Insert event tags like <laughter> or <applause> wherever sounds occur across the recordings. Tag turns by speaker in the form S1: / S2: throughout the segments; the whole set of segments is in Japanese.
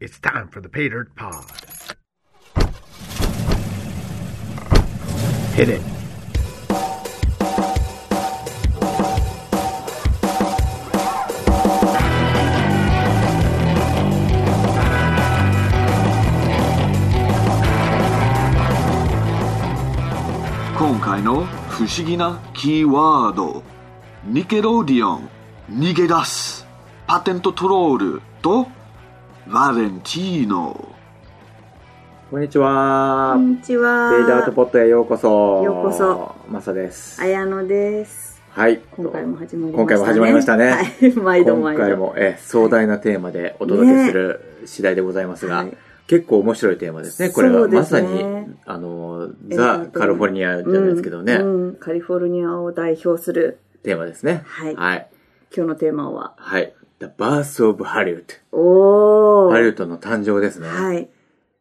S1: It's time for the Pay Dirt Pod. Hit it.
S2: Podcast 今回の不思議なキーワードニケロディオン逃げ出すパテントトロールとバレンティーノ
S3: こんにちは
S4: こ。んにちは。
S3: レイダートポットへようこそ。
S4: ようこそ。
S3: マサです。
S4: 綾野です。
S3: はい。
S4: 今回も始まりましたね。
S3: 今回も始まりましたね。
S4: はい、 <laughs> 毎度
S3: 今
S4: 毎度。
S3: 回もえ壮大なテーマでお届けする次第でございますが、
S4: はい
S3: 結構面白いテーマですね。これ
S4: そ
S3: は
S4: うで
S3: ますさ
S4: ね
S3: に、あの、
S4: 映画
S3: ザ・
S4: と
S3: カリフォルニアじゃないですけどね、
S4: うんうんカリフォルニアを代表する
S3: テーマですね。
S4: はい
S3: はい。
S4: 今日のテーマは、
S3: はい。The Birth of Hollywood。
S4: おー。
S3: ハリウッドの誕生ですね。
S4: はい。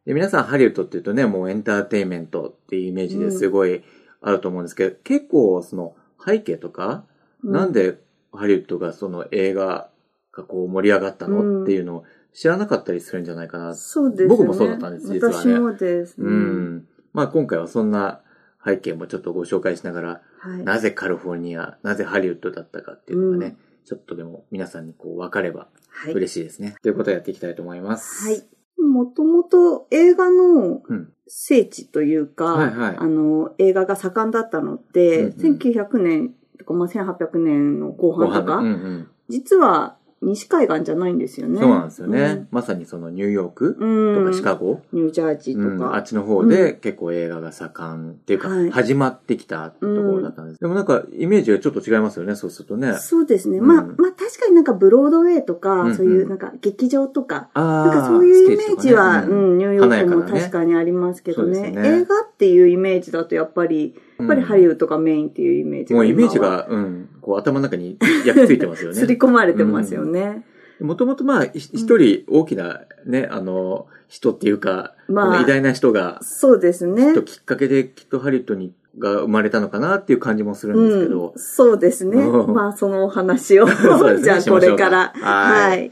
S3: で皆さんハリウッドっていうとね、もうエンターテインメントっていうイメージですごいあると思うんですけど、結構その背景とか、
S4: うん
S3: なんでハリウッドがその映画がこう盛り上がったの、
S4: うん
S3: っていうのを知らなかったりするんじゃないかな。
S4: そうですね。
S3: 僕もそうだったんです実はね
S4: 私もです。
S3: うん。。まあ今回はそんな背景もちょっとご紹介しながら、
S4: はい。
S3: なぜカリフォルニア、なぜハリウッドだったかっていうのがね、
S4: うん
S3: ちょっとでも皆さんにこう分かれば
S4: はい。
S3: 嬉しいですね。ということをやっていきたいと思います。
S4: はい。もともと映画の
S3: うん。
S4: 聖地というか、
S3: はいはい
S4: あの、映画が盛んだったのっ
S3: う
S4: て、
S3: んうん
S4: 1900年とか、まあ、1800年の後半とか、
S3: うんうん。
S4: 実は西海岸じゃないんですよね。
S3: そうなんですよね。まさにそのニューヨーク、
S4: うん。
S3: と
S4: う
S3: か
S4: ん、
S3: シカゴ、
S4: ニュージャージー
S3: う
S4: と
S3: ん、あっ
S4: か。
S3: ちの方で結構映画が盛んっていうか、
S4: はい
S3: 始まってきたところだったんです。でもなんかイメージがちょっと違いますよね、そうするとね。
S4: そうですね。
S3: うん
S4: まあ、まあ確かになんかブロードウェイとか、
S3: うんうん
S4: そういうなんか劇場とか、
S3: あー
S4: なんかそういうイメージは、
S3: ステージとかね
S4: うん、ニューヨークも
S3: 華やかなね
S4: 確かにありますけどね
S3: そうですね
S4: 映画っていうイメージだとやっぱり、やっぱりハリウッドがメインっていうイメージ
S3: も
S4: が
S3: うイ
S4: 今
S3: メ
S4: は
S3: ージが、うん、こう頭の中に焼き付いてますよ
S4: 刷り
S3: ね。
S4: 込まれて <laughs> ますよね。
S3: もともとまあ、い一人大きなね、あの、人っていうか、
S4: まあ
S3: この偉大な人が、
S4: そうですね。
S3: きっときっかけできっとハリウッドに、が生まれたのかなっていう感じもするんですけど、
S4: うん、そうですね。
S3: うん
S4: まあそのお話
S3: <laughs>
S4: を、
S3: そうですね
S4: じゃあこれから。
S3: しましょうかは
S4: はいい。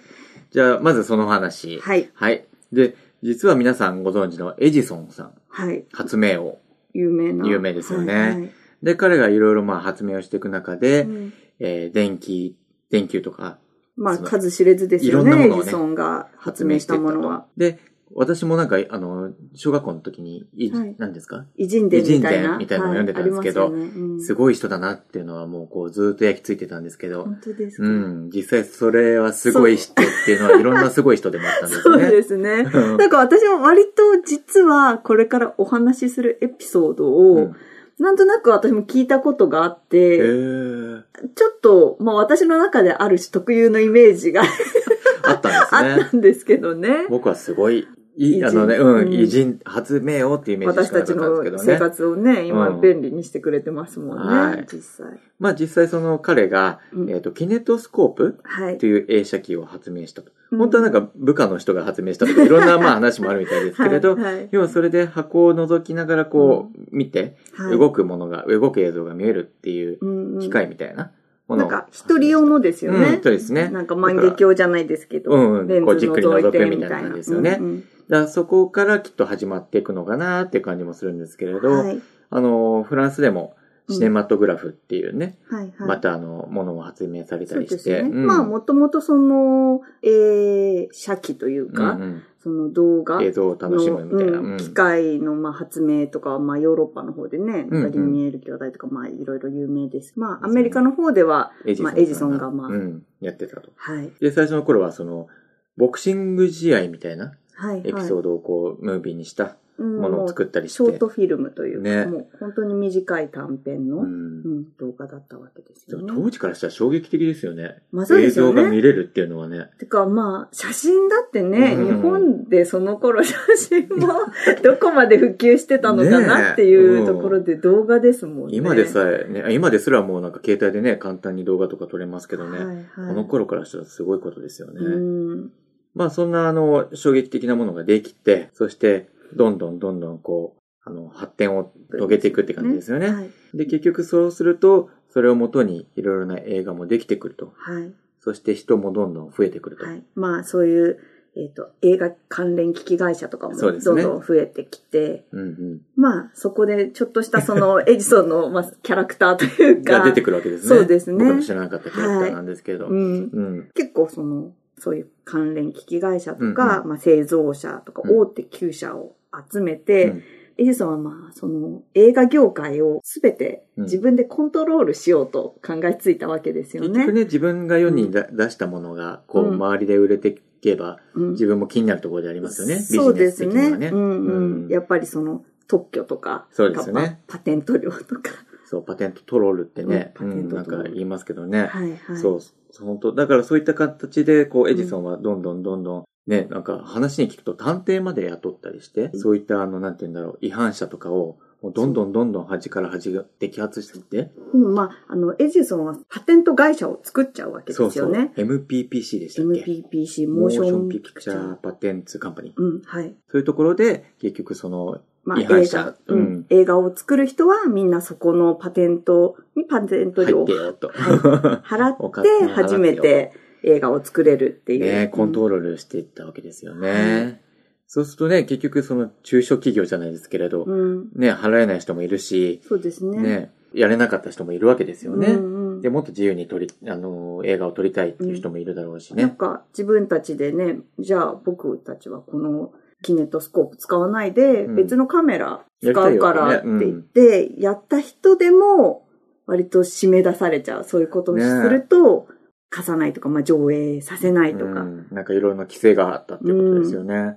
S3: じゃあまずその話。
S4: はい。
S3: はい。で、実は皆さんご存知のエジソンさん、
S4: はい。
S3: 発明王。
S4: 有名な。
S3: 有名ですよね
S4: はいはい
S3: で、彼がいろいろまあ発明をしていく中で、
S4: うん
S3: えー電気、電球とか
S4: まあ、
S3: その
S4: 数知れずですよ
S3: いろんなも
S4: ね。エ
S3: のをね
S4: ジソンが
S3: 発
S4: 発
S3: 明
S4: 明
S3: し
S4: して
S3: い
S4: た
S3: った
S4: も
S3: と
S4: のは。
S3: で、私もなんか、あの、小学校の時に、い
S4: はい
S3: 何ですか
S4: 偉人伝みたいな。
S3: 偉人伝みたいなのを読んでたんですけど
S4: はいありますよねうん
S3: すごい人だなっていうのはもうこうずっと焼き付いてたんですけど、
S4: 本当ですか。
S3: うん、実際それはすごい人っていうの
S4: <laughs>
S3: はいろんなすごい人でもあったんです
S4: そ
S3: ね。
S4: うですね。
S3: うん
S4: なんか私も割と実はこれからお話しするエピソードを、
S3: うん
S4: なんとなく私も聞いたことがあっ
S3: へ
S4: て、
S3: ー
S4: ちょっと、まあ私の中である種特有のイメージが
S3: あったんです
S4: あ
S3: ね。
S4: ったんですけどね。
S3: 僕はすごい、い
S4: 偉人
S3: あのね、う、
S4: うんん
S3: 偉人、発明王っていうイメージ
S4: 私
S3: しか
S4: た
S3: なかっ
S4: ち
S3: たんで
S4: の
S3: すけ
S4: 生
S3: どね。
S4: 活をね、今
S3: うん
S4: 便利にしてくれてますもん
S3: はい
S4: ね、実際。
S3: まあ実際その彼が、
S4: うん
S3: えっ、と、キネトスコープ
S4: はい
S3: と。いう映写機を発明したと。
S4: うん
S3: 本当はなんか部下の人が発明したと
S4: <laughs>
S3: か、いろんなまあ話もあるみたいですけれど、
S4: はいはい
S3: 要はそれで箱を覗きながらこう見て、
S4: はい
S3: 動くものが、動く映像が見えるっていう
S4: うんうん
S3: 機械みたいなも
S4: な
S3: のを
S4: んか、一人用のですよね。
S3: うん一人ですね
S4: なんか万華鏡じゃないですけど、
S3: うんうん
S4: レンズ
S3: こうじっくり覗
S4: 覗いて
S3: くみ
S4: み
S3: たい
S4: たい
S3: な
S4: な。
S3: 感じですよね
S4: うん
S3: だからそこからきっと始まっていくのかなっていう感じもするんですけれ
S4: う
S3: ど、
S4: んはい。
S3: あの、フランスでもシネマトグラフっていうね、
S4: はいはい。
S3: またあの、ものも発明された
S4: そう
S3: り
S4: で
S3: し
S4: す
S3: て。
S4: ね。
S3: うん
S4: まあ、もともとその、えー、写機というか、
S3: うん
S4: その動
S3: う
S4: 画
S3: ん映像を楽しむみたいな。
S4: のうん
S3: うん
S4: 機械のまあ発明とかは、まあ、ヨーロッパの方でね、
S3: うんうん
S4: なんかリニエール兄弟とか、まあ、いろいろ有名です。まあ、アメリカの方では、まあ、エジソンが、まあ、
S3: うん、やってたと。
S4: はい。
S3: で、最初の頃はその、ボクシング試合みたいな
S4: はい、はい。
S3: エピソードをこう、ムービーにしたも
S4: も
S3: のを作ったりして。
S4: ショートフィルムというか、
S3: ね
S4: もう本当に短い短編の、
S3: う
S4: うん
S3: ん
S4: 動画だったわけです
S3: で
S4: よ
S3: も
S4: ね。
S3: 当時からしたら衝撃的ですよね。
S4: まあそう
S3: 映
S4: ですよ
S3: 像が見
S4: ね。
S3: れるっていうのはね。
S4: てかまあ、写真だってね、
S3: うん
S4: 日本でその頃写真も <laughs> どこまで普及してたのかなっていうところで動画ですもんね。
S3: 今でさえね、あ今ですらもうなんか携帯でね、簡単に動画とか撮れますけどね。
S4: はいはい、
S3: この頃からしたらすごいことですよね。
S4: うん。
S3: まあそんなあの衝撃的なものができて、そしてどんどんどんどんこう、あの発展を遂げていくって感じですよね。
S4: はい。
S3: で、結局そうすると、それをもとにいろいろな映画もできてくると。
S4: はい。
S3: そして人もどんどん増えてくると。
S4: はい。まあ、そういうえっ、と、映画関連機器会社とかも
S3: そ
S4: ど
S3: うんです
S4: ど
S3: ね
S4: ん増えてきて、
S3: うんうん。
S4: まあ、そこでちょっとしたそのエジソンの、まあ、キャラクターというか。
S3: が出てくるわけですね。
S4: そうですね
S3: 僕も知らなかったキャラクターなんですけど。
S4: うん。
S3: うん。
S4: 結構その、そういう関連機器会社と
S3: う
S4: か、
S3: ん
S4: まあ、製造者とか
S3: うん
S4: 大手9社を集めて、
S3: うん
S4: エジソンはまあ、その映画業界をすべて
S3: うん
S4: 自分でコントロールしようと考えついたわけですよ
S3: 結
S4: ね。
S3: 局ね、自分が世にだ出したものが、こう、
S4: うん
S3: 周りで売れていけば、
S4: うん
S3: 自分も気になるところでありますよね。ビジ
S4: そう
S3: ネ
S4: で
S3: ス
S4: す
S3: 的にはね。
S4: ね。うんうん。や
S3: っ
S4: っぱりその特許とか、
S3: そうですよね
S4: やっぱパテント料と
S3: <laughs>
S4: か。
S3: そう、パテントトロールってね、
S4: うん
S3: うんな
S4: パテン
S3: ん
S4: トトロール
S3: か言いますけどね。
S4: はいはい。
S3: そう、そう本当だからそういった形で、こう、エジソンはどんどんどんどん、ね、なんか話に聞くと探偵まで雇ったりして、そういったあの、なんて言うんだろう、違反者とかを、もうどんどんどんどん端から端が摘発していって、
S4: うんまあ、あの、エジソンはパテント会社を作っちゃうわけです
S3: そ
S4: よ
S3: うそう、
S4: ね。
S3: MPPC でしたっけ
S4: MPPC、モ
S3: モー
S4: ーシ
S3: シ
S4: ョ
S3: ョ
S4: ン
S3: ン
S4: ピ
S3: ピ
S4: ク
S3: クチ
S4: チャ
S3: ャ
S4: ー
S3: ー。パテンツカンパニー。
S4: うん、はい。
S3: そういうところで、結局その、
S4: まあ、
S3: 違反
S4: 映
S3: 者
S4: 画、うん
S3: うん
S4: 映画を作る人はみんなそこのパテントにパテント
S3: 入
S4: 料を
S3: ってよ
S4: <laughs>
S3: と。<laughs>
S4: 払
S3: お
S4: っ
S3: 金払って
S4: て
S3: よ
S4: 初めて映画を作れるっていう。
S3: ね、コン
S4: うん
S3: トロールしていったわけですよね。
S4: はい
S3: そうするとね、結局その中小企業じゃないですけれど、
S4: うん。
S3: ね、払えない人もいるし、
S4: そうですね。
S3: ねやれなかった人もいるわけですよね。
S4: うんうん
S3: で、もっと自由に撮り、あのー、映画を撮りたいっていう人もいるだろうし
S4: なん
S3: ね。
S4: か自分たちでね、じゃあ僕たちはこのキネトスコープ使わないで
S3: うん
S4: 別のカメラ使うから
S3: やり
S4: ったて
S3: いよね
S4: 言って、やった人でも割と締め出されちゃう。そういうことをす
S3: ね
S4: ると、貸さないとか、まあ、上映させないうとか。
S3: ん、なんかいろいろな規制があったっていうことですよね。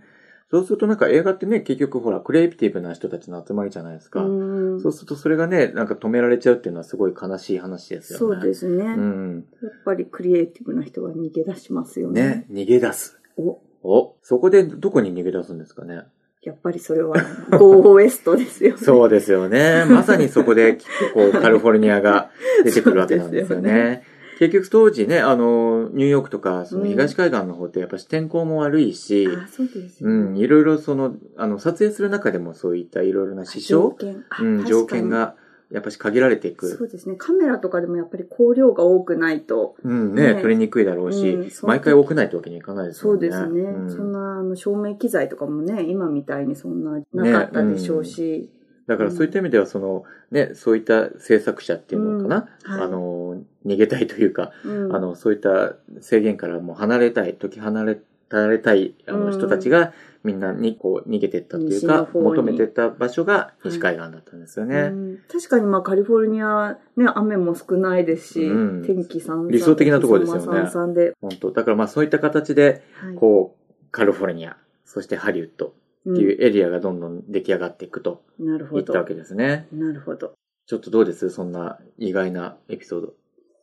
S3: そうするとなんか映画ってね、結局ほら、クリエイティブな人たちの集まりじゃないですか。
S4: うん
S3: そうするとそれがね、なんか止められちゃうっていうのはすごい悲しい話ですよね。。
S4: そうですすね。
S3: う
S4: やっ
S3: ん。
S4: ぱりクリエイティブな人は逃げ出しますよね。
S3: ね、逃げ出す。
S4: お
S3: お、そこでどこに逃げ出すんですかね。
S4: やっぱりそれはゴーウエストですよね。
S3: そうですよ
S4: <laughs>
S3: ね。まさにそこで、きっとこう、カリフォルニアが出てくるわけなんですよね。
S4: そう
S3: 結局当時ね、あの、ニューヨークとか、その
S4: うん
S3: 東海岸の方ってやっぱし天候も悪いし、
S4: あ、そうですよ
S3: う
S4: ね。
S3: ん、いろいろその、あの、撮影する中でもそういったいろいろな支
S4: 条
S3: 障、
S4: 件。あ
S3: うん、条
S4: 確かに
S3: 件が、やっぱし限られてい
S4: そ
S3: く。
S4: うですね。カメラとかでもやっぱり光量が多くないと。
S3: うんね、
S4: ね
S3: 撮りにくいだろうし、
S4: うんそう
S3: 毎回多くないってわけにいかないです
S4: そ
S3: もん
S4: う
S3: ね。
S4: ですね。
S3: うん
S4: そんな、あの、照明機材とかもね、今みたいにそんななかったでしょうし。
S3: だからそういった意味では、その、ね、そういった制作者っていうのかな、
S4: うんはい
S3: あの、逃げたいというか、
S4: うん
S3: あの、そういった制限からもう離れたい、解き離れたれたい、あ
S4: う
S3: の
S4: ん
S3: 人たちが、みんなにこう逃げてったっていう
S4: 西の
S3: か、
S4: 方に
S3: 求めてった場所が
S4: い
S3: 西海岸だったんですよ
S4: う
S3: ね。
S4: ん確かにまあカリフォルニア、ね、雨も少ないですし、
S3: うん
S4: 天気さん
S3: 理想的なところですよね
S4: さんで。
S3: 本当だからまあそういった形で、
S4: はい
S3: こう、カリフォルニア、そしてハリウッドっていうエリアがどんどん出来上がっていくと
S4: うんなる
S3: い
S4: ほ
S3: ったわ
S4: ど
S3: け。ですね。
S4: なるほど。
S3: ちょっとどうですそんな意外なエピソード。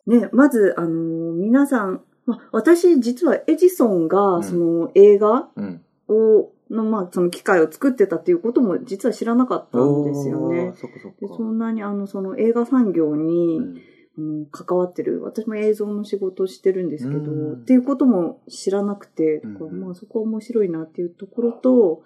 S4: ね、まず、あのー皆さん、まあ、私、実はエジソンが、
S3: ん
S4: その映画
S3: うん。
S4: を、の、まあ、その機械を作ってたっていうことも、実は知らなかったんですよ
S3: お
S4: ね
S3: ー。そっかそっか
S4: でそんなに、あの、その映画産業に、
S3: うん
S4: うん関わってる、私も映像の仕事をしてるんですけど、
S3: うん
S4: っていうことも知らなくて、
S3: うん
S4: こうまあそこは面白いなっていうところと、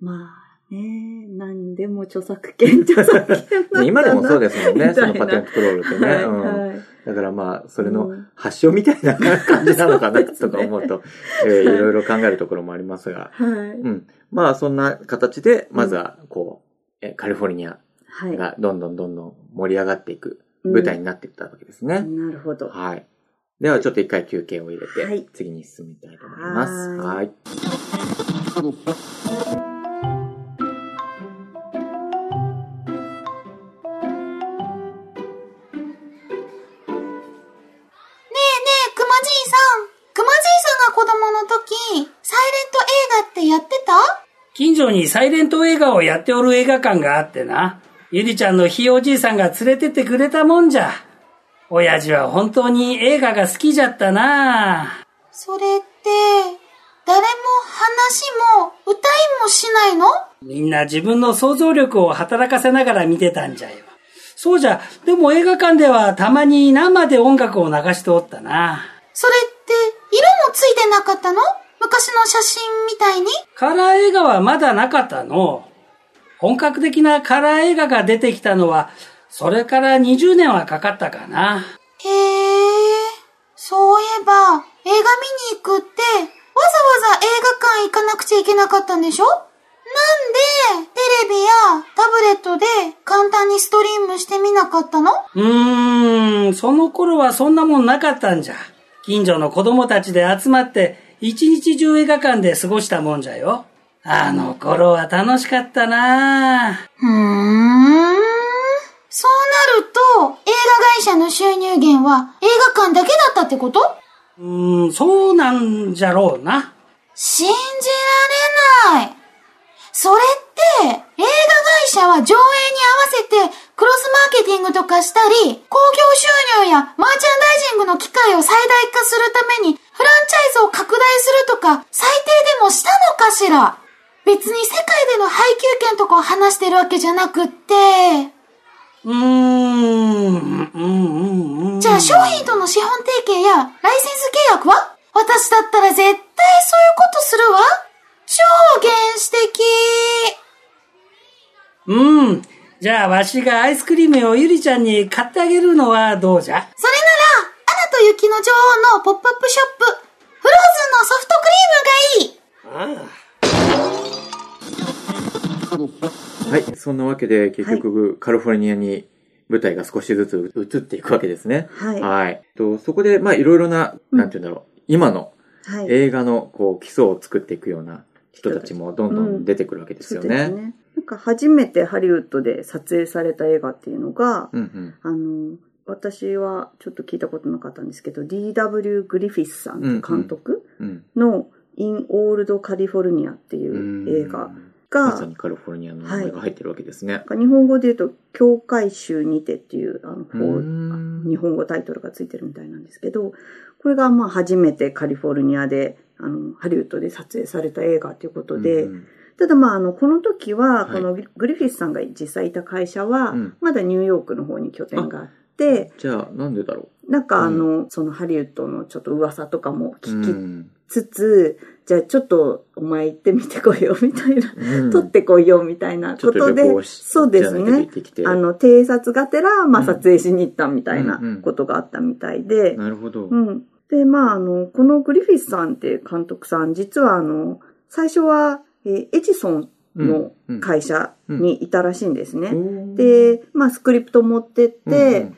S4: まあね、何でも著
S3: <laughs>
S4: 作権、著作権なんだな
S3: ね今でもそうですもんね、
S4: <laughs> みた
S3: そ
S4: いな
S3: のパテントトロールってね。
S4: <laughs> はい、
S3: うん
S4: はい
S3: だからまあ、それ
S4: う
S3: の
S4: ん
S3: 発祥みたいな感じなのかな
S4: <laughs> そうですね
S3: とか思うと、えーいろいろ考えるところもありますが、
S4: はい。
S3: うん。まあ、そんな形で、まずは、こう、えーカリフォルニア
S4: はい。
S3: がどんどんどんどん盛り上がっていく
S4: うん
S3: 舞台になっていったわけですね。
S4: なるほど。
S3: はい。では、ちょっと一回休憩を入れて、
S4: はい
S3: 次に進みたいと思います。
S4: はーい
S3: はい。
S5: ねえねえ、くまじいさん。くまじいさんが子供の時、サイレント映画ってやってた
S6: 近所にサイレント映画をやっておる映画館があってな、ゆりちゃんのひいおじいさんが連れてってくれたもんじゃ。親父は本当に映画が好きじゃったな。
S5: それって、誰も話も歌いもしないの
S6: みんな自分の想像力を働かせながら見てたんじゃよ。そうじゃ、でも映画館ではたまに生で音楽を流しておったな。
S5: それって、色もついてなかったの昔の写真みたいに
S6: カラー映画はまだなかったの。本格的なカラー映画が出てきたのは、それから20年はかかったかな。
S5: へえ、そういえば、映画見に行くって、わざ映画館行かなくちゃいけなかったんでしょなんで、テレビやタブレットで簡単にストリームしてみなかったの
S6: うーん、その頃はそんなもんなかったんじゃ。近所の子供たちで集まって、一日中映画館で過ごしたもんじゃよ。あの頃は楽しかったなあ
S5: ふーん。そうなると、映画会社の収入源は映画館だけだったってこと
S6: うーん、そうなんじゃろうな。
S5: 信じられない。それって、映画会社は上映に合わせてクロスマーケティングとかしたり、興行収入やマーチャンダイジングの機会を最大化するためにフランチャイズを拡大するとか最低でもしたのかしら別に世界での配給権とかを話してるわけじゃなくって、
S6: うーん、うん、うん、うん。
S5: じゃあ商品との資本提携やライセンス契約は私だったら絶対そういうことするわ。超原始的。
S6: うん。じゃあ、わしがアイスクリームをゆりちゃんに買ってあげるのはどうじゃ
S5: それなら、アナと雪の女王のポップアップショップ、フローズンのソフトクリームがいい
S3: はい。そんなわけで、結局、カリフォルニアに舞台が少しずつ移っていくわけですね。
S4: はい
S3: はい。とそこで、まあ、いろいろな、なんて言うんだろう。今の
S4: はい。
S3: 映画の、こう、基礎を作っていくような人たちもどんどん出てくるわけですよ
S4: そうです
S3: ね。
S4: ね。なんか初めてハリウッドで撮影された映画っていうのが、
S3: うんうん。
S4: あの、私はちょっと聞いたことなかったんですけど、D.W. グリフィスさんって監督
S3: うん。
S4: の In Old California っていう映画が、
S3: まさにカリフォルニアの名前が入ってるわけですね。
S4: なんか日本語で言うと、教会集にてっていう、あの、こ
S3: う
S4: う、
S3: ーん
S4: 日本語タイトルがついてるみたいなんですけど、これがまあ初めてカリフォルニアで、あの、ハリウッドで撮影された映画ということで、
S3: うん
S4: ただまあ、あの、この時は、
S3: はい
S4: このグリフィスさんが実際いた会社は
S3: うん、
S4: まだニューヨークの方に拠点があって、
S3: じゃあ、なんでだろ
S4: なんかあの、そのハリウッドのちょっと噂とかも
S3: う。
S4: 聞きつつ、じゃあちょっとお前行ってみてこいよ、みたいな。
S3: うん
S4: 撮ってこいよ、みたいな
S3: ちょっ
S4: こ
S3: と
S4: と
S3: 旅
S4: で、
S3: 行し
S4: そうで
S3: じ
S4: す
S3: ゃないけど
S4: ね
S3: 行っ。てきて
S4: あの、偵察がてら、まあ、
S3: うん
S4: 撮影しに行ったみたいな
S3: うんうん
S4: ことがあったみたいで、
S3: なるほど。
S4: うん。で、まあ、あの、このグリフィスさんっていう監督さん、実はあの、最初は、えーエジソンの
S3: うん
S4: 会社にいたらしいんですね。
S3: うん、
S4: で、まあ、スクリプト持ってって、
S3: うんうん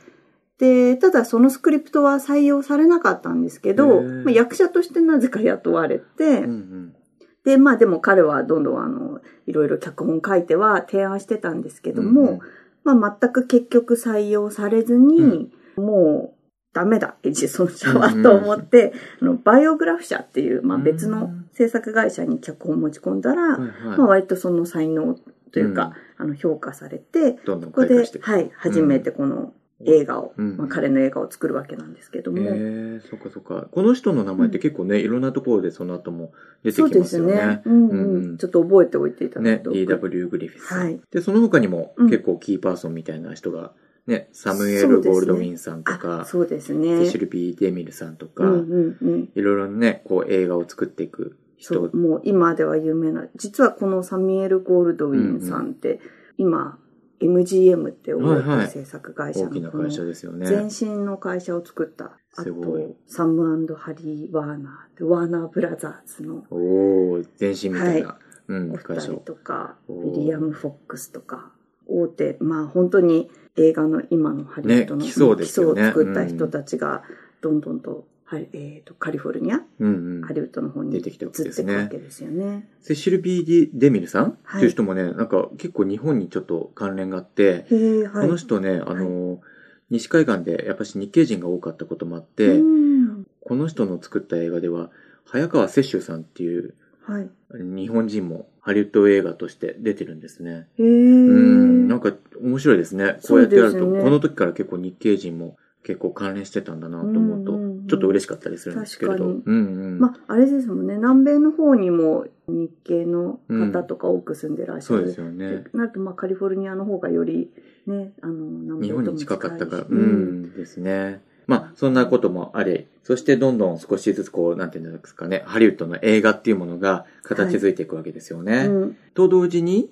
S4: で、ただそのスクリプトは採用されなかったんですけ
S3: へ
S4: ど、
S3: ー
S4: まあ、役者としてなぜか雇われて、
S3: うんうん
S4: で、まあでも彼はどんどんあの、いろいろ脚本書いては提案してたんですけども、
S3: うん
S4: まあ全く結局採用されずに、もうダメだ、エジソン社は
S3: うん
S4: と思って、あの、バイオグラフ社っていう、まあ
S3: うん
S4: 別の制作会社に脚本を持ち込んだら、
S3: はいはい
S4: まあ割とその才能というか、あの、評価されて、
S3: どんどん
S4: ここ
S3: 開
S4: で
S3: 花して、いく
S4: はい、初めてこの映画を、
S3: うん
S4: まあ彼の映画を作るわけなんですけども、
S3: えー、そっかそっか。この人の名前って結構ね、いろんなところでその後も出て
S4: そう
S3: き
S4: で
S3: ますすよね
S4: ね。。うんうん
S3: うんうん
S4: ちょっと覚えておいていただ
S3: ね
S4: く、と。
S3: D.W. グリフィスさん。
S4: はい
S3: で、その他にも
S4: うん
S3: 結構キーパーソンみたいな人が、ね、サムエ
S4: そう
S3: ル・
S4: ですね
S3: ゴールドウィンさんと
S4: あ
S3: か、
S4: そうです
S3: セ
S4: ね。
S3: シルビー・デミルさんとか、
S4: うんうんうん。
S3: いろいろね、こう映画を作っていく
S4: そ
S3: 人
S4: う、もう今では有名な。実はこのサミュエル・ゴールドウィンさんって、今、MGM って
S3: は
S4: 大
S3: いはい
S4: きい制作会社
S3: 大きな
S4: のこ
S3: 会社
S4: の
S3: ですよね。
S4: 前身の会社を作った。あ
S3: すごい
S4: と、サムハリー・ワーナー、ワーナーブラザーズの
S3: おお前身みたいな、
S4: は
S3: うん、
S4: お
S3: 会
S4: 二
S3: 社
S4: 人
S3: を。
S4: とか、
S3: お
S4: ウィリアム・フォックスとか、大手、まあ本当に映画の今のハリウッドの
S3: ね基礎ですよね
S4: 基礎を作った人たちが、どんどんと、はいえーと、カリフォルニア
S3: うんうん
S4: ハ。リウッドの方に
S3: 出
S4: 移ってて
S3: きた
S4: い
S3: わけです
S4: く
S3: ね
S4: わけですよね。
S3: セシルビー・デミルさん、
S4: はい
S3: っていう人もね、なんか結構日本にちょっと関連があって、
S4: へえ、はい。
S3: この人ね、あの、西海岸でやっぱし日系人が多かったこともあって、
S4: うん
S3: この人の作った映画では、早川雪舟さんっていう
S4: はい。
S3: 日本人もハリウッド映画として出てるんですね。
S4: へえ。
S3: うん、なんか面白いですね。こ
S4: そうう
S3: やってや
S4: で
S3: る
S4: すね
S3: と、この時から結構日系人も結構関連してたんだなと思うと、
S4: うんうんうん
S3: ちょっと嬉しかったりするんですけれど。うん
S4: 確
S3: うん。
S4: まあ、あれですもんね、南米の方にも日系の方とか多く住んでらっしゃ
S3: そ
S4: る。
S3: うですよね。
S4: なると、まあ、カリフォルニアの方がより、ね、あの、南米
S3: 日
S4: と
S3: 本
S4: も
S3: に近かったから、
S4: 近いし
S3: う。ん、ですね。まあ、そんなこともあり、そしてどんどん少しずつこう、なんていうんですかね、ハリウッドの映画っていうものが形づいていくわけですよね。
S4: うん。
S3: と同時に、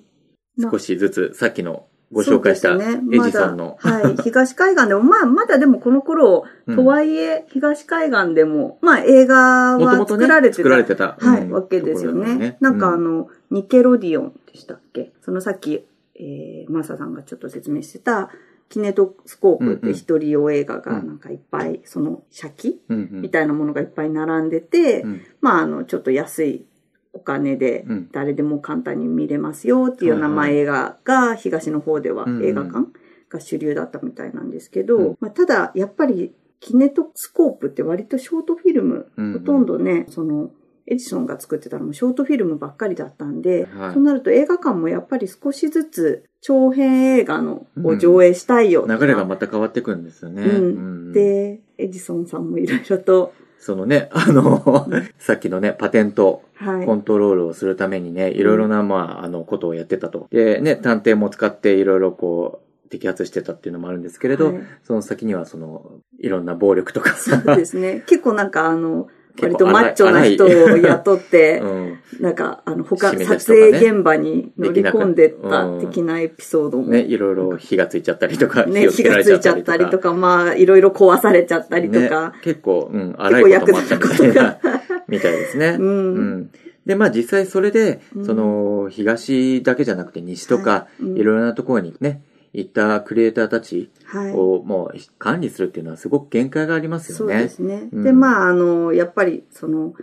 S4: な
S3: 少しずつさっきのご紹介した
S4: そ
S3: エ
S4: うですね
S3: イジさんの。
S4: まだ、はい、 <laughs> 東海岸でも、まあ、まだでもこの頃、
S3: うん
S4: とはいえ、東海岸でも、まあ、映画
S3: もとも
S4: は
S3: と
S4: 作
S3: ね
S4: られ、て
S3: 作
S4: た、
S3: られてた。
S4: はい、
S3: うん
S4: わけですよ
S3: ところだ
S4: ね。
S3: も
S4: なんかあ
S3: う
S4: の、ニケロディオンでしたっけそのさっき、えー、マーサさんがちょっと説明してた、キネトスコープっ
S3: うんう
S4: て
S3: ん
S4: 一人用映画が
S3: うん
S4: なんかいっぱい、その、シャキ
S3: うんうん
S4: みたいなものがいっぱい並んでて、
S3: うん
S4: まあ、あの、ちょっと安いお金で
S3: うん、
S4: 誰でも簡単に見れますよっていうような、
S3: はい
S4: ま
S3: は
S4: あ、
S3: い
S4: 映画が、東の方では
S3: うんうん
S4: 映画館が主流だったみたいなんですけど、
S3: うん
S4: まあ、ただ、やっぱり、キネトスコープって割とショートフィルム、
S3: うんうん
S4: ほとんどね、その、エジソンが作ってたのもショートフィルムばっかりだったんで、
S3: はい
S4: そうなると映画館もやっぱり少しずつ長編映画のを上映したいよとか、
S3: 流れがまた変わってくるんですよね。
S4: うん
S3: うん
S4: で、エジソンさんもいろいろと、
S3: そのね、 <laughs> あの、さっきのね、パテント、
S4: はい。
S3: コントロールをするためにね、いろいろな、まあ、あの、ことをやってたと。で、ね、探偵も使っていろいろこう、摘発してたっていうのもあるんですけれど、
S4: はい
S3: その先にはその、いろんな暴力とか。
S4: そうです
S3: <laughs>
S4: ね。結構なんかあの、
S3: 結
S4: 割
S3: 構
S4: とマッチョな人を雇って、
S3: <laughs> うん。
S4: なんかあの、他、
S3: 締め出しとか
S4: 撮
S3: ね
S4: 影現場に乗り込んでった
S3: できなく
S4: 的なエピソードも。
S3: ね、いろいろ火がついちゃったりとか、
S4: ね、
S3: をつ
S4: 火
S3: けら
S4: が
S3: れ
S4: ついちゃったりとか、まあ、いろいろ壊されちゃったりとか
S3: ね、結構、うん、荒いこともあったみたい
S4: 結構役
S3: な、 <laughs> みたいですね。
S4: うん
S3: で、まあ実際それで、
S4: うん
S3: その、東だけじゃなくて西とか、
S4: はいうん
S3: いろいろなところにね、行ったクリエイターたち
S4: はい。
S3: をもう管理するっていうのはすごく限界があります
S4: そ
S3: よ
S4: う
S3: ね。
S4: ですね。
S3: うん
S4: で、まあ、あの、やっぱり、その、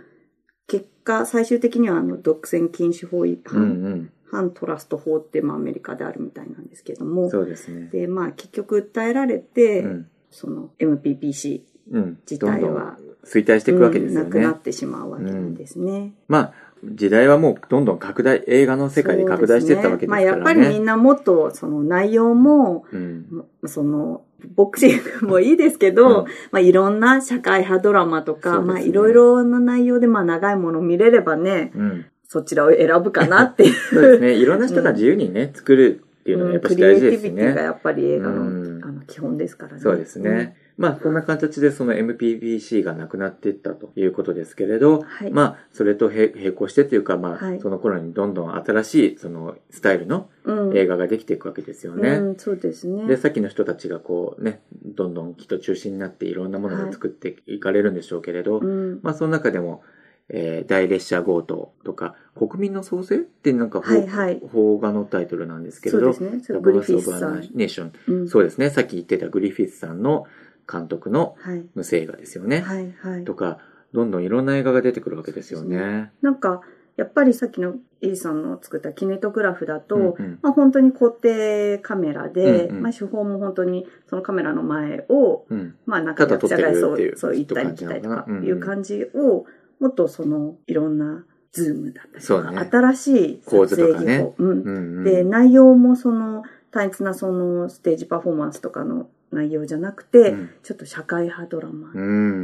S4: 結果、最終的には、あの、独占禁止法違
S3: う
S4: 反、
S3: ん
S4: 反トラスト法って、まあ、アメリカであるみたいなんですけど
S3: う
S4: も
S3: ん。、そうですね。
S4: で、まあ、結局訴えられて、
S3: うん。
S4: その、MPPC
S3: うん。
S4: 自体は
S3: どんどん衰退していくわけですよね。
S4: うんなくなってしまうわけなんですね。
S3: まあ、時代はもうどんどん拡大、映画の世界で拡大していったわけですからね。
S4: そうですねまあ、やっぱりみんなもっとその内容も、
S3: うん。
S4: そのボクシングもいいですけど、
S3: うん
S4: まあいろんな社会派ドラマとか、
S3: そうですね
S4: まあいろいろな内容でまあ長いもの見れればね、
S3: うん。
S4: そちらを選ぶかなっていう。
S3: そうですね。いろんな人が自由にね、作るっていうの
S4: う
S3: は
S4: ん
S3: やっぱ
S4: ク
S3: り
S4: リエ
S3: 大
S4: イ
S3: 事
S4: テ
S3: で
S4: ィ
S3: す
S4: ビテ
S3: ね
S4: ィが。やっぱり映画の,、
S3: うん
S4: あの基本ですからね。
S3: そうですね。まあ、そんな形でその MPPC がなくなっていったということですけれど、
S4: はい
S3: まあ、それと並並行してというか、まあ、
S4: はい
S3: その頃にどんどん新しい、その、スタイルの
S4: うん。うん
S3: 映画ができていくわけですよね。
S4: うん、そうですね。
S3: で、さっきの人たちがこうね、どんどんきっと中心になっていろんなものを作っていかれるんでしょうけれど、
S4: うん、
S3: まあ、その中でも、えー大列車強盗とか、国民の創生ってなんか、
S4: はいはい
S3: 邦画のタイトルなんですけれ
S4: そう
S3: ど、
S4: ですね。それ
S3: The
S4: グリフ
S3: Birth
S4: ィス
S3: of
S4: さ
S3: a
S4: ん。
S3: Nation。
S4: うん
S3: そうですね。さっき言ってたグリフィスさんの監督の
S4: はい。
S3: 無声映画ですよね。
S4: はいはい。
S3: とか、どんどんいろんな映画が出てくるわけですよね。
S4: なんか、やっぱりさっきのエリさんの作ったキネトグラフだと、
S3: うんうん
S4: まあ本当に固定カメラで、
S3: うんうん
S4: まあ手法も本当にそのカメラの前を、
S3: うん。
S4: まあなんか
S3: ただ撮ってる
S4: 役者
S3: って
S4: がそ
S3: いうう
S4: そう行ったり
S3: ち
S4: 来
S3: ょったと感じ
S4: りと
S3: なの
S4: か
S3: かな
S4: っ
S3: う
S4: て
S3: ん
S4: いう感じを、もっとそのいろんなズームだったりと
S3: そ
S4: か、
S3: うね
S4: 新しい
S3: 構
S4: 撮
S3: 図と
S4: 影
S3: か
S4: 技法、
S3: ね
S4: うん
S3: うんうん
S4: で、内容もその単一なそのステージパフォーマンスとかの内容じゃなくて、
S3: うん
S4: ちょっと社会派ドラマ
S3: う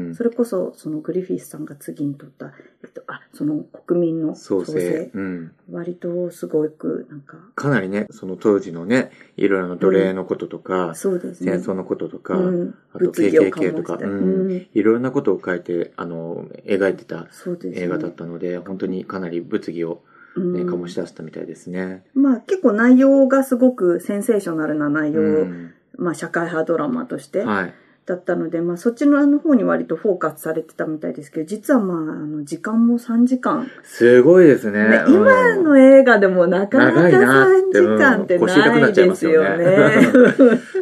S3: ん。
S4: それこそ、そのグリフィスさんが次に撮った、えっと、あ、その国民の
S3: 創
S4: 創
S3: 生
S4: 生。。
S3: うん。
S4: 割とすごく、なんか、
S3: かなりね、その当時のね、いろいろな奴隷のこととか、
S4: そうですね。
S3: 戦争のこととか、
S4: うん
S3: あと
S4: 物議を
S3: KKK とか、
S4: 醸して
S3: うん
S4: うん
S3: いろいろなことを書いて、あの、描いてた
S4: そうですね。
S3: 映画だったので、本当にかなり物議を、
S4: うん
S3: ね、醸し出したみたいですね。
S4: まあ結構内容がすごくセンセーショナルな内容、
S3: うん。
S4: まあ社会派ドラマとして
S3: はい。
S4: だったので、まあそっちの方に割とフォーカスされてたみたいですけど、実はまあ、あの、時間も3時間。
S3: すごいですね。
S4: ね
S3: うん
S4: 今の映画でもなかなか
S3: 長いなっ
S4: 3
S3: て
S4: 時間って
S3: うん腰痛くな
S4: な
S3: っ
S4: い
S3: ちゃい
S4: で
S3: ます
S4: す
S3: よ
S4: よ <laughs>
S3: ね
S4: ね。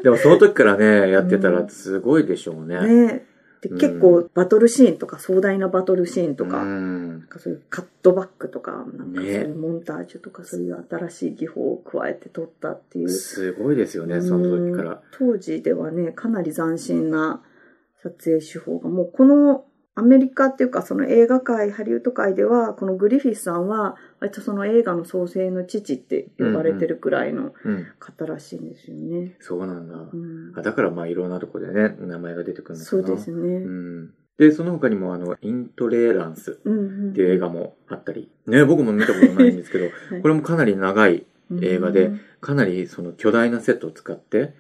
S3: でもその時からね、やってた
S4: う
S3: ら
S4: ん
S3: すごいでしょうね。
S4: ねで
S3: うん
S4: 結構バトルシーンとか壮大なバトルシーンとか,、
S3: う
S4: なん
S3: ん
S4: かそういうカットバックとかなんかそうい
S3: ね
S4: うモンタージュとかそういう新しい技法を加えて撮ったっていう、
S3: すごいですよね、その時か
S4: うん
S3: ら。
S4: 当時ではねかなり斬新な撮影手法がもうこのアメリカっていうかその映画界ハリウッド界ではこのグリフィスさんは割とその映画の創生の父って呼ばれてるくらいの
S3: うん。
S4: 方らしいんですよね。
S3: そうなんだ。
S4: うん
S3: あだからまあいろんなとこでね、名前が出てくるのか
S4: そ
S3: な。
S4: うですね。
S3: うん。で、その他にもあの、イントレーランス
S4: うんうん
S3: っていう映画もあったり、ね、僕も見たことないん
S4: <laughs>
S3: ですけど、
S4: い
S3: これもかなり長い、映画で
S4: うん
S3: かなりその巨大なセットを使って、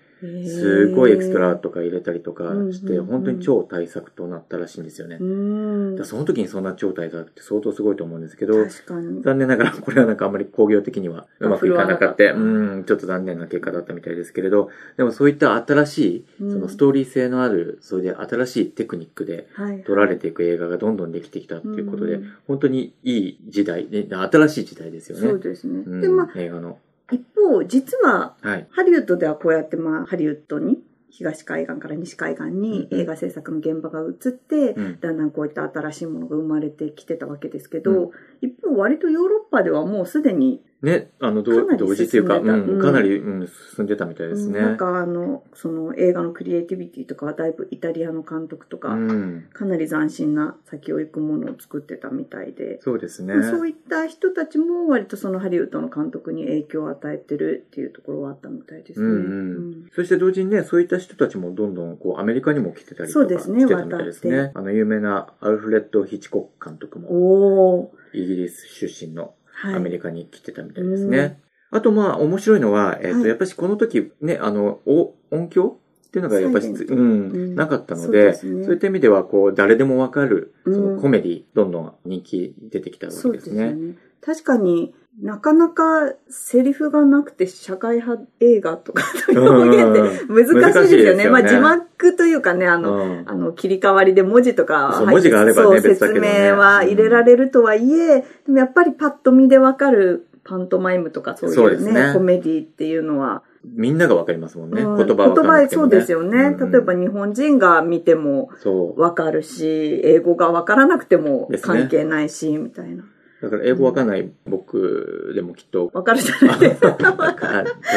S3: すごいエクストラとか入れたりとかし
S4: うんうん
S3: て、
S4: うん
S3: 本当に超大作となったらしいんですよね。
S4: う
S3: だ
S4: ん
S3: からその時にそんな超大作って相当すごいと思うんですけど、
S4: 確かに
S3: 残念ながら、これはなんかあんまり工業的にはうまくいかなかった。
S4: あ振るわなかった
S3: うん、ちょっと残念な結果だったみたいですけれど、でもそういった新しい、そ
S4: うん
S3: のストーリー性のある、それで新しいテクニックで
S4: はい
S3: 撮られていく映画がどんどんできてきたっていうことで、
S4: うん
S3: 本当にいい時代、ね新しい時代ですよね。
S4: そうですね、
S3: うん
S4: でまあ
S3: 映画の。
S4: 一方実は
S3: はい。
S4: ハリウッドではこうやってまあハリウッドに東海岸から西海岸に
S3: うんうん
S4: 映画制作の現場が移って、
S3: うん
S4: だんだんこういった新しいものが生まれてきてたわけですけど、
S3: う
S4: 一方割とヨーロッパではもうすでに、
S3: ね、あの、
S4: か
S3: 同
S4: なり
S3: 同時というか、
S4: 進んでた
S3: う、
S4: うんん
S3: かなり、うん、進んでたみたいです
S4: うん
S3: ね。
S4: なんかあのその映画のクリエイティビティとかはだいぶイタリアの監督とか、
S3: うん。
S4: かなり斬新な先を行くものを作ってたみたいで、
S3: そうですね。
S4: まあそういった人たちも割とそのハリウッドの監督に影響を与えてるっていうところはあったみたいですね。
S3: うんうんそして同時にね、そういった人たちもどんどんこうアメリカにも来てたりと
S4: そう
S3: か
S4: ですね
S3: してたみたいです
S4: 渡っ
S3: ね。あの有名なアルフレッド・ヒチコック監督
S4: うん
S3: も
S4: おお、
S3: イギリス出身の
S4: はい、
S3: アメリカに来てたみたいですね。
S4: うん
S3: あとまあ面白いのは、えっ、と、
S4: はい
S3: やっぱりこの時ね、あの、お音響っていうのがやっぱり、
S4: サイレン
S3: う
S4: ト
S3: ん、
S4: ん
S3: なかったの
S4: そうで
S3: です
S4: ね
S3: そういった意味ではこう誰でもわかるそ
S4: うん
S3: のコメディ、どんどん人気出てきたわけ
S4: そう
S3: で
S4: ですすよ
S3: ね。
S4: ね。確かになかなかセリフがなくて社会派映画とかという <laughs> 表現って難しいですよね。まあ字幕というかね、あ
S3: うん
S4: の、
S3: うん
S4: あの切り替わりで文字とか
S3: そう文字があればね
S4: そう
S3: 別だけ
S4: 説
S3: どね
S4: 明は入れられるとはいえ、でもやっぱりパッと見でわかるパントマイムとかそうい
S3: そうで
S4: う
S3: す
S4: ね
S3: ね
S4: コメディっていうのは、
S3: みんながわかりますもんね。
S4: うん
S3: 言葉は、
S4: 言葉そうですよね、例えば
S3: に
S4: 日本人が見ても
S3: そう。
S4: わかるし英語がわからなくても
S3: ですね
S4: 関係ないし、みたいな
S3: だから英語わかんない僕でもきっと、
S4: わかるじゃないですか。
S3: わかっ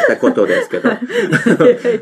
S3: たことですけど、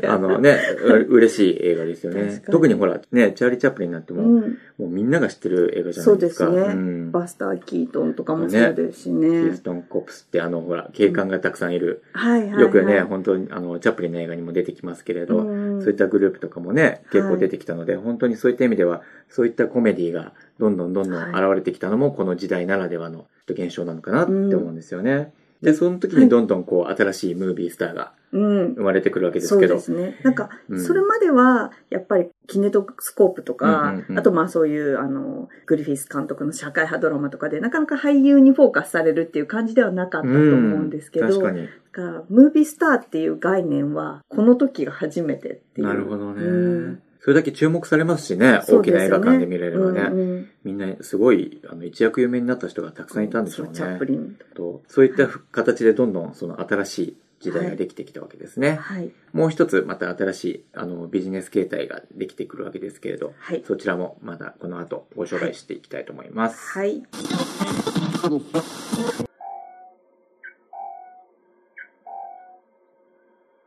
S3: あのね、う嬉しい映画ですよ
S4: 確
S3: ね
S4: か。に
S3: 特にほら、ね、チャーリー・チャップリンなんても、も
S4: うん、
S3: うみんなが知ってる映画じゃな
S4: そう
S3: いで
S4: です
S3: か。
S4: すね、
S3: ん
S4: バスター・キートンとかもそうですしね
S3: ヒーストン・コプスってあの、ほら、警官がたくさんいる。
S4: はいはい、はい、
S3: よくね、本当に、あの、チャップリンの映画にも出てきますけれど、
S4: うん
S3: そういったグループとかもね、結構出てきたので、本当にそういった意味では、そういったコメディがどんどんどんどん現
S4: は
S3: れてきたのも、この時代ならではの現象なのかなって思うんですよね。で、その時にどんどんこう、新しいムービースターが
S4: うん
S3: 生まれてくるわけですけど、
S4: そうですね。なんか
S3: う、ん
S4: それまでは、やっぱり、キネトスコープとか、
S3: うんうんうん
S4: あと、まあそういう、あの、グリフィス監督の社会派ドラマとかで、なかなか俳優にフォーカスされるっていう感じではなかったと思うんですけど、
S3: 確かに。
S4: だからムービースターっていう概念は、この時が初めてっていう。
S3: なるほどね、
S4: うん
S3: それだけ注目されますしね、
S4: そ
S3: 大
S4: う
S3: き
S4: ですよ
S3: な
S4: ね
S3: 映画館で見れればね。
S4: うんうん
S3: みんなすごい、あの、一躍有名になった人がたくさんいたんでしょうね。
S4: そうチャップリンとか。
S3: とそういったふ形でどんどんその新しい時代ができてきたわけですね。
S4: はい。
S3: もう一つまた新しいあのビジネス形態ができてくるわけですけれど、
S4: はい
S3: そちらもまたこの後ご紹介していきたいと思います。
S4: はい。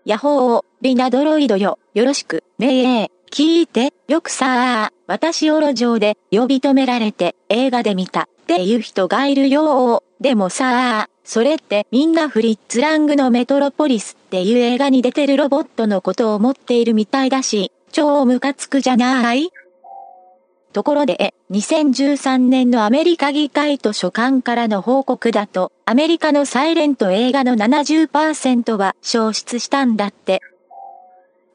S7: ヤッホー、リナドロイドよ、よろしく、ねえ、聞いて、よくさあ、私を路上で呼び止められて映画で見たっていう人がいるよでもさあ、それってみんなフリッツラングのメトロポリスっていう映画に出てるロボットのことを持っているみたいだし、超ムカつくじゃないところで、2013年のアメリカ議会図書館からの報告だと、アメリカのサイレント映画の70%は消失したんだって。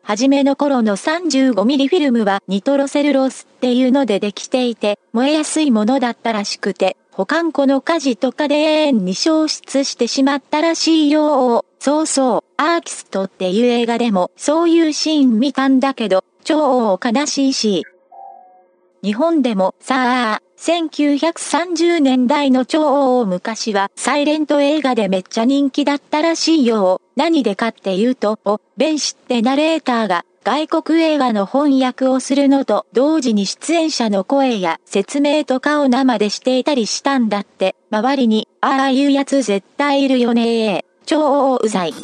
S7: 初めの頃の 35mm フィルムはニトロセルロースっていうのでできていて、燃えやすいものだったらしくて、保管庫の火事とかで永遠に消失してしまったらしいよ。そうそう、アーキストっていう映画でもそういうシーン見たんだけど、超悲しいし。日本でもさあ、1930年代の超大昔はサイレント映画でめっちゃ人気だったらしいよ。何でかっていうと、お、弁士ってナレーターが外国映画の翻訳をするのと同時に出演者の声や説明とかを生でしていたりしたんだって、周りに、ああいうやつ絶対いるよね超うざい。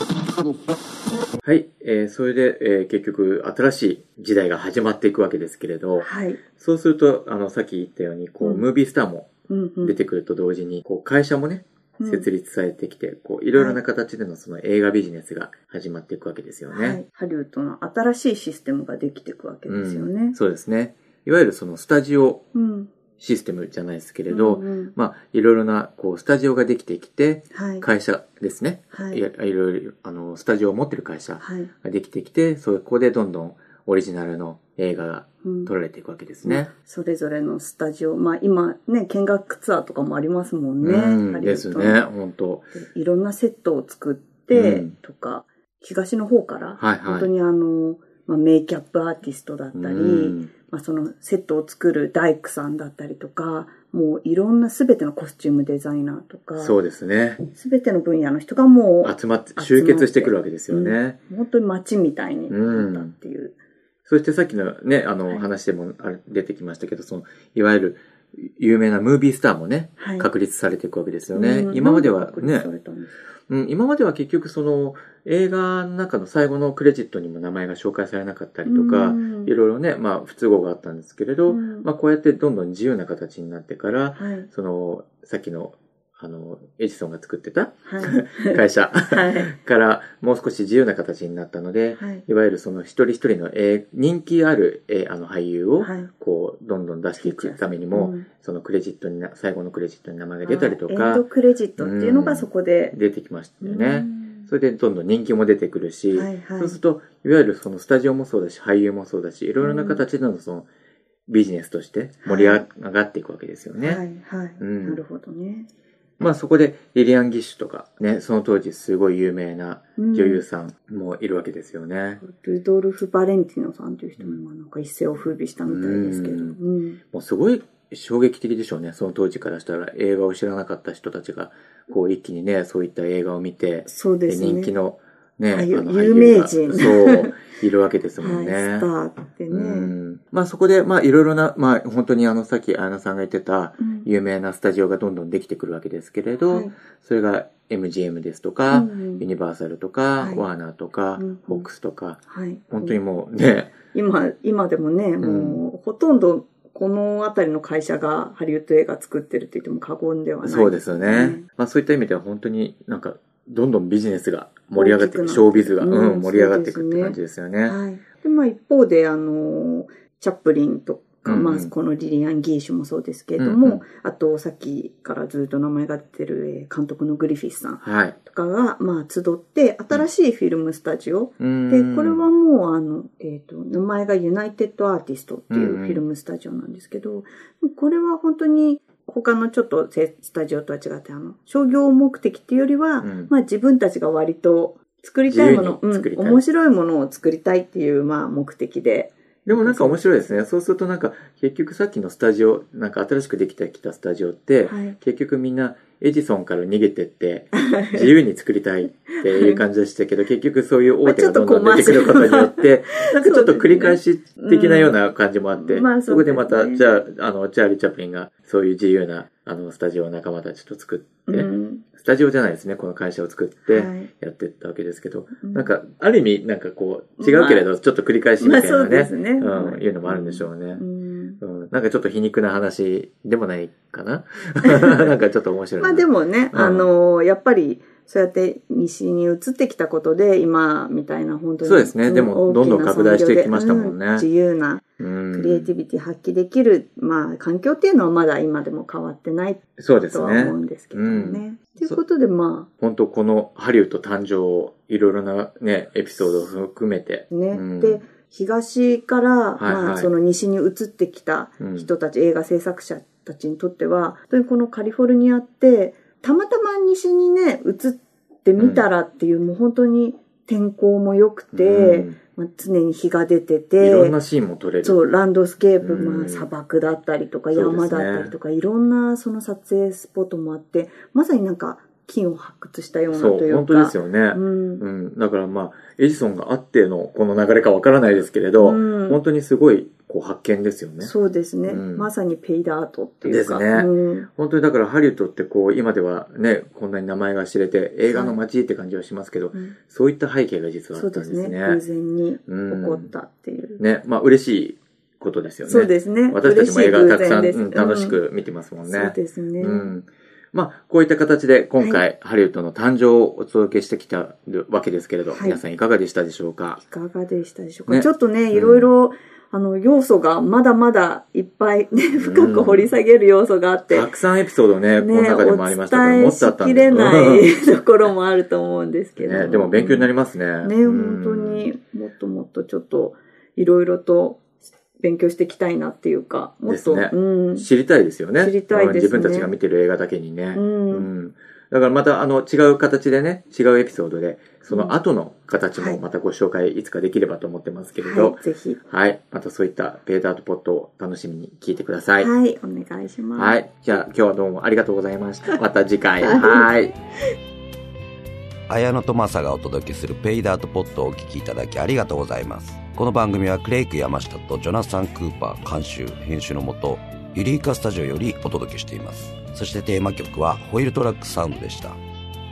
S3: はい、えーそれで、えー結局新しい時代が始まっていくわけですけれど、
S4: はい。
S3: そうすると、あの、さっき言ったように、こう、
S4: うん
S3: ムービースターも
S4: うんうん
S3: 出てくると同時に、こう、会社もね、
S4: うん
S3: 設立されてきて、こう、いろいろな形でのその映画ビジネスが始まっていくわけですよね。
S4: はい。ハリウッドの新しいシステムができていくわけですよね。
S3: うんそうですね。いわゆるそのスタジオ
S4: うん。
S3: システムじゃないですけれど、
S4: うんうん
S3: まあ、いろいろな、こう、スタジオができてきて、
S4: はい。
S3: 会社ですね。
S4: はい。
S3: いやいろいろ、あの、スタジオを持ってる会社
S4: はい。
S3: ができてきて、そこでどんどんオリジナルの映画が
S4: うん
S3: 撮られていくわけですね。
S4: それぞれのスタジオ。まあ今ね、見学ツアーとかもありますもんね。
S3: うん、
S4: ハリウ
S3: で
S4: ッ
S3: す
S4: ド
S3: ね、
S4: の
S3: 本当
S4: いろんなセットを作って
S3: うん
S4: とか、東の方から、
S3: はいはい
S4: 本当にあの、まあ、メイキャップアーティストだったり、
S3: うん
S4: まあ、そのセットを作る大工さんだったりとか、もういろんな全てのコスチュームデザイナーとか、
S3: そうですね。
S4: 全ての分野の人がもう、
S3: 集まって、集結してくるわけですよね。
S4: 本当に街みたいになったっていう。
S3: そしてさっきのね、あ
S4: はい
S3: の話でもあれ出てきましたけど、その、いわゆる有名なムービースターもね、
S4: はい
S3: 確立されていくわけですよね。
S4: うん
S3: 今までは
S4: 確立
S3: ね
S4: さ、れたんです
S3: うん、今までは結局その映画の中の最後のクレジットにも名前が紹介されなかったりとか、
S4: うん
S3: いろいろね、まあ不都合があったんですけれど、
S4: うん
S3: まあこうやってどんどん自由な形になってから、
S4: はい。
S3: その、さっきの、あの、エジソンが作ってた
S4: はい。
S3: 会社 <laughs>
S4: はい。
S3: からもう少し自由な形になったので、
S4: はい。
S3: いわゆるその一人一人の、えー人気ある、えーあの俳優を
S4: はい
S3: こうどんどん出していくためにも、
S4: うん
S3: そのクレジットにな最後のクレジットに名前が出たりと
S4: あエン
S3: か
S4: ドクレジットっていうのがそこで。
S3: 出てきましたよ
S4: う
S3: ね。
S4: ん
S3: それでどんどん人気も出てくるし、
S4: はいはい
S3: そうするといわゆるそのスタジオもそうだし俳優もそうだしいろいろな形でのそのビジネスとして盛り上がっていくわけですよね。
S4: はいはい、
S3: うん
S4: なるほどね。
S3: まあそこでリリアン・ギッシュとかねその当時すごい有名な女優さんもいるわけですよね。
S4: ルドルフ・バレンティノさんという人も今なんか一世を風靡したみたいですけど。う
S3: うん
S4: ん。
S3: もうすごい衝撃的でしょうね。その当時からしたら映画を知らなかった人たちが、こう一気にね、そういった映画を見て、
S4: そうです
S3: で
S4: ね。
S3: 人気のね、
S4: 俳優
S3: あの
S4: 有
S3: 俳優
S4: 名
S3: が
S4: 人
S3: そう、いるわけですも
S4: <laughs> は
S3: ん
S4: い、
S3: ね。
S4: スターってね。
S3: うんまあそこで、まあいろいろな、まあ本当にあのさっき綾菜さんが言ってた
S4: うん
S3: 有名なスタジオがどんどんできてくるわけですけれど、
S4: はい
S3: それが MGM ですとか、
S4: うんうん
S3: ユニバーサルとか、
S4: はい
S3: ワーナーとか、
S4: うんうん
S3: フォックスとか、
S4: はい。
S3: 本当にもうね、
S4: 今、今でもね、もううほとんどこの辺りの会社がハリウッド映画作ってるって言っても過言ではない、
S3: そうですよね。まあそういった意味では本当になんか、どんどんビジネスが盛り上がっていく、
S4: 大きくなって
S3: ショービズが、
S4: うん
S3: うん、盛り上がっていくって
S4: そう
S3: 感
S4: です
S3: じですよね。
S4: はい。で、まあ一方で、あの、チャップリンとか、
S3: うんうん
S4: まあこのリリアン・ギーシュもそうですけれど
S3: うんう
S4: も
S3: ん、
S4: あとさっきからずっと名前が出てるえー監督のグリフィスさん
S3: はい。
S4: とかが、まあ集って、新しいフィルムスタジオ。
S3: うん
S4: で、これはもう、あの、えっ、と、名前がユナイテッドアーティストっていう
S3: うん
S4: フ
S3: うん
S4: ィルムスタジオなんですけど、これは本当に他のちょっとせスタジオとは違って、あの、商業目的っていうよりは、
S3: うん
S4: まあ自分たちが割と作りたいもの、
S3: 自由
S4: う
S3: に
S4: ん
S3: 作りたい
S4: 面白いものを作りたいっていう、まあ目的で、
S3: でもなんか面白いですね。そうするとなんか、結局さっきのスタジオ、なんか新しくできてきたスタジオって、
S4: はい
S3: 結局みんなエジソンから逃げてって、自由に作りたいっていう感じでしたけ
S4: <laughs>
S3: ど、結局そういう大手がどんどん出てくることによって、なんかちょっと繰り返し的なような感じもあって、
S4: うんまあ
S3: そこでまた、
S4: そうです
S3: じゃあ、あの、チャーリー・チャップリンがそういう自由な、あの、スタジオを仲間たちと作って、
S4: うん
S3: スタジオじゃないですね、この会社を作って
S4: はい
S3: やってったわけですけど、
S4: うん
S3: なんか、ある意味、なんかこう、違うけれど、ちょっと繰り返しみ
S4: ま
S3: た
S4: あ
S3: いな
S4: そう
S3: ね、
S4: ですね。
S3: うん、いうのもあるんでしょうね
S4: う。ん
S3: うん、なんかちょっと皮肉な話でもないか
S4: <laughs>
S3: ななんかちょっと面白いな。
S4: まあでもね、
S3: うん
S4: あの、やっぱり、そうやって西に移ってきたことで、今みたいな本当に。
S3: そうですね
S4: ん
S3: でも
S4: 大き
S3: どんどん
S4: な
S3: 拡大していきましたもんね
S4: 産業でう自由な、
S3: うん、
S4: クリエイティビティ発揮できる、まあ環境っていうのはまだ今でも変わってない
S3: そうです
S4: とは思う
S3: ね。
S4: んですけどね。
S3: そうですね
S4: ということで、ま
S3: 本当このハリウッド誕生、いろいろなね、エピソードを含めて。
S4: あね、
S3: うん
S4: で、東から、
S3: いはい
S4: まあその西に移ってきた人たち、映画制作者たちにとっては、本当にこのカリフォルニアって、たまたま西にね、移ってみたらっていう、もう本当に天候も良くて、
S3: うん
S4: まあ、常に日が出て
S3: い
S4: て、
S3: ろんなシーンも撮れる。
S4: そう、ランドスケープ、
S3: うん
S4: まあ、砂漠だったりとか、
S3: そうです
S4: 山
S3: ね
S4: だったりとか、いろんなその撮影スポットもあって、まさになんか、金を発掘したような
S3: そ、
S4: といううか。
S3: 本当ですよね。
S4: うん。
S3: うん、だからまあ、エジソンがあってのこの流れかわからないですけれど、
S4: うん
S3: 本当にすごいこう発見ですよね。
S4: そうですね、
S3: うん
S4: まさにペイダートっていうか。
S3: ですね
S4: うん
S3: 本当にだからハリウッドってこう、今ではね、こんなに名前が知れて映画の街って感じはしますけど、
S4: うん
S3: そういった背景が実はあ
S4: そう
S3: った
S4: で
S3: ん
S4: す
S3: です
S4: ね。
S3: ね。
S4: 偶然に起こったっていう。
S3: ね、まあ嬉しいことですよね。
S4: そうですね。
S3: 私たちも映画たくさん、
S4: 嬉しい
S3: う
S4: 偶然
S3: ん
S4: です
S3: 楽しく見てますもんね。
S4: そうですね。
S3: うん。まあ、こういった形で今回、ハリウッドの誕生をお届けしてきたわけですけれど、
S4: はい
S3: 皆さんいかがでしたでしょうか
S4: いかがでしたでしょうか、
S3: ね
S4: ちょっとね、いろいろ、あの、要素がまだまだいっぱいね、深く掘り下げる要素があって、
S3: たくさんエピソードね、この
S4: ね、
S3: 中でもありましたから、
S4: お
S3: もっとあ
S4: 伝えし
S3: った
S4: き
S3: んで
S4: れ
S3: すけど
S4: <laughs> ないところもあると思うんですけど。
S3: ね、でも勉強になりますね。
S4: ね、
S3: うん
S4: 本当。にもっともっとちょっといろいろと勉強していきたいなっていうか、もっと、
S3: ですね
S4: うん。
S3: 知りたいですよね。
S4: 知りたいですね
S3: 自分たちが見てる映画だけにね。
S4: うん
S3: うんだからまたあの違う形でね、違うエピソードで、その後の形
S4: は
S3: も
S4: い
S3: またご紹介いつかできればと思ってますけれど
S4: は、い、ぜひ。
S3: はい、またそういったペーターとポットを楽しみに聞いてください。はい。
S4: はい、お願いします。
S3: じゃあ今日はどうもありがとうございました。また次回。はい。
S8: 綾野とマサがお届けするペイダートポットをお聞きいただきありがとうございます。この番組はクレイク山下とジョナサン・クーパー監修、編集のもと、ユリーカスタジオよりお届けしています。そしてテーマ曲はホイールトラックサウンドでした。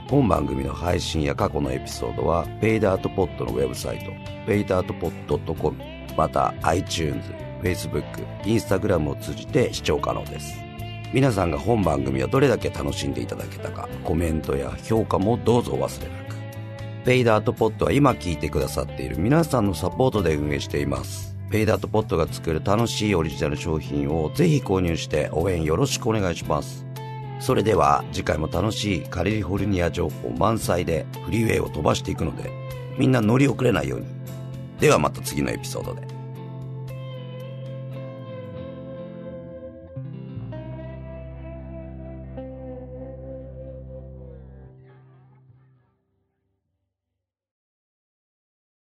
S8: 本番組の配信や過去のエピソードは、ペイダートポットのウェブサイト、ペイダートポット .com、また iTunes、Facebook、Instagram を通じて視聴可能です。皆さんが本番組をどれだけ楽しんでいただけたか、コメントや評価もどうぞお忘れなく。ペイダートポットは今聞いてくださっている皆さんのサポートで運営しています。ペイダートポットが作る楽しいオリジナル商品をぜひ購入して応援よろしくお願いします。それでは次回も楽しいカリフォルニア情報満載でフリーウェイを飛ばしていくので、みんな乗り遅れないように。ではまた次のエピソードで。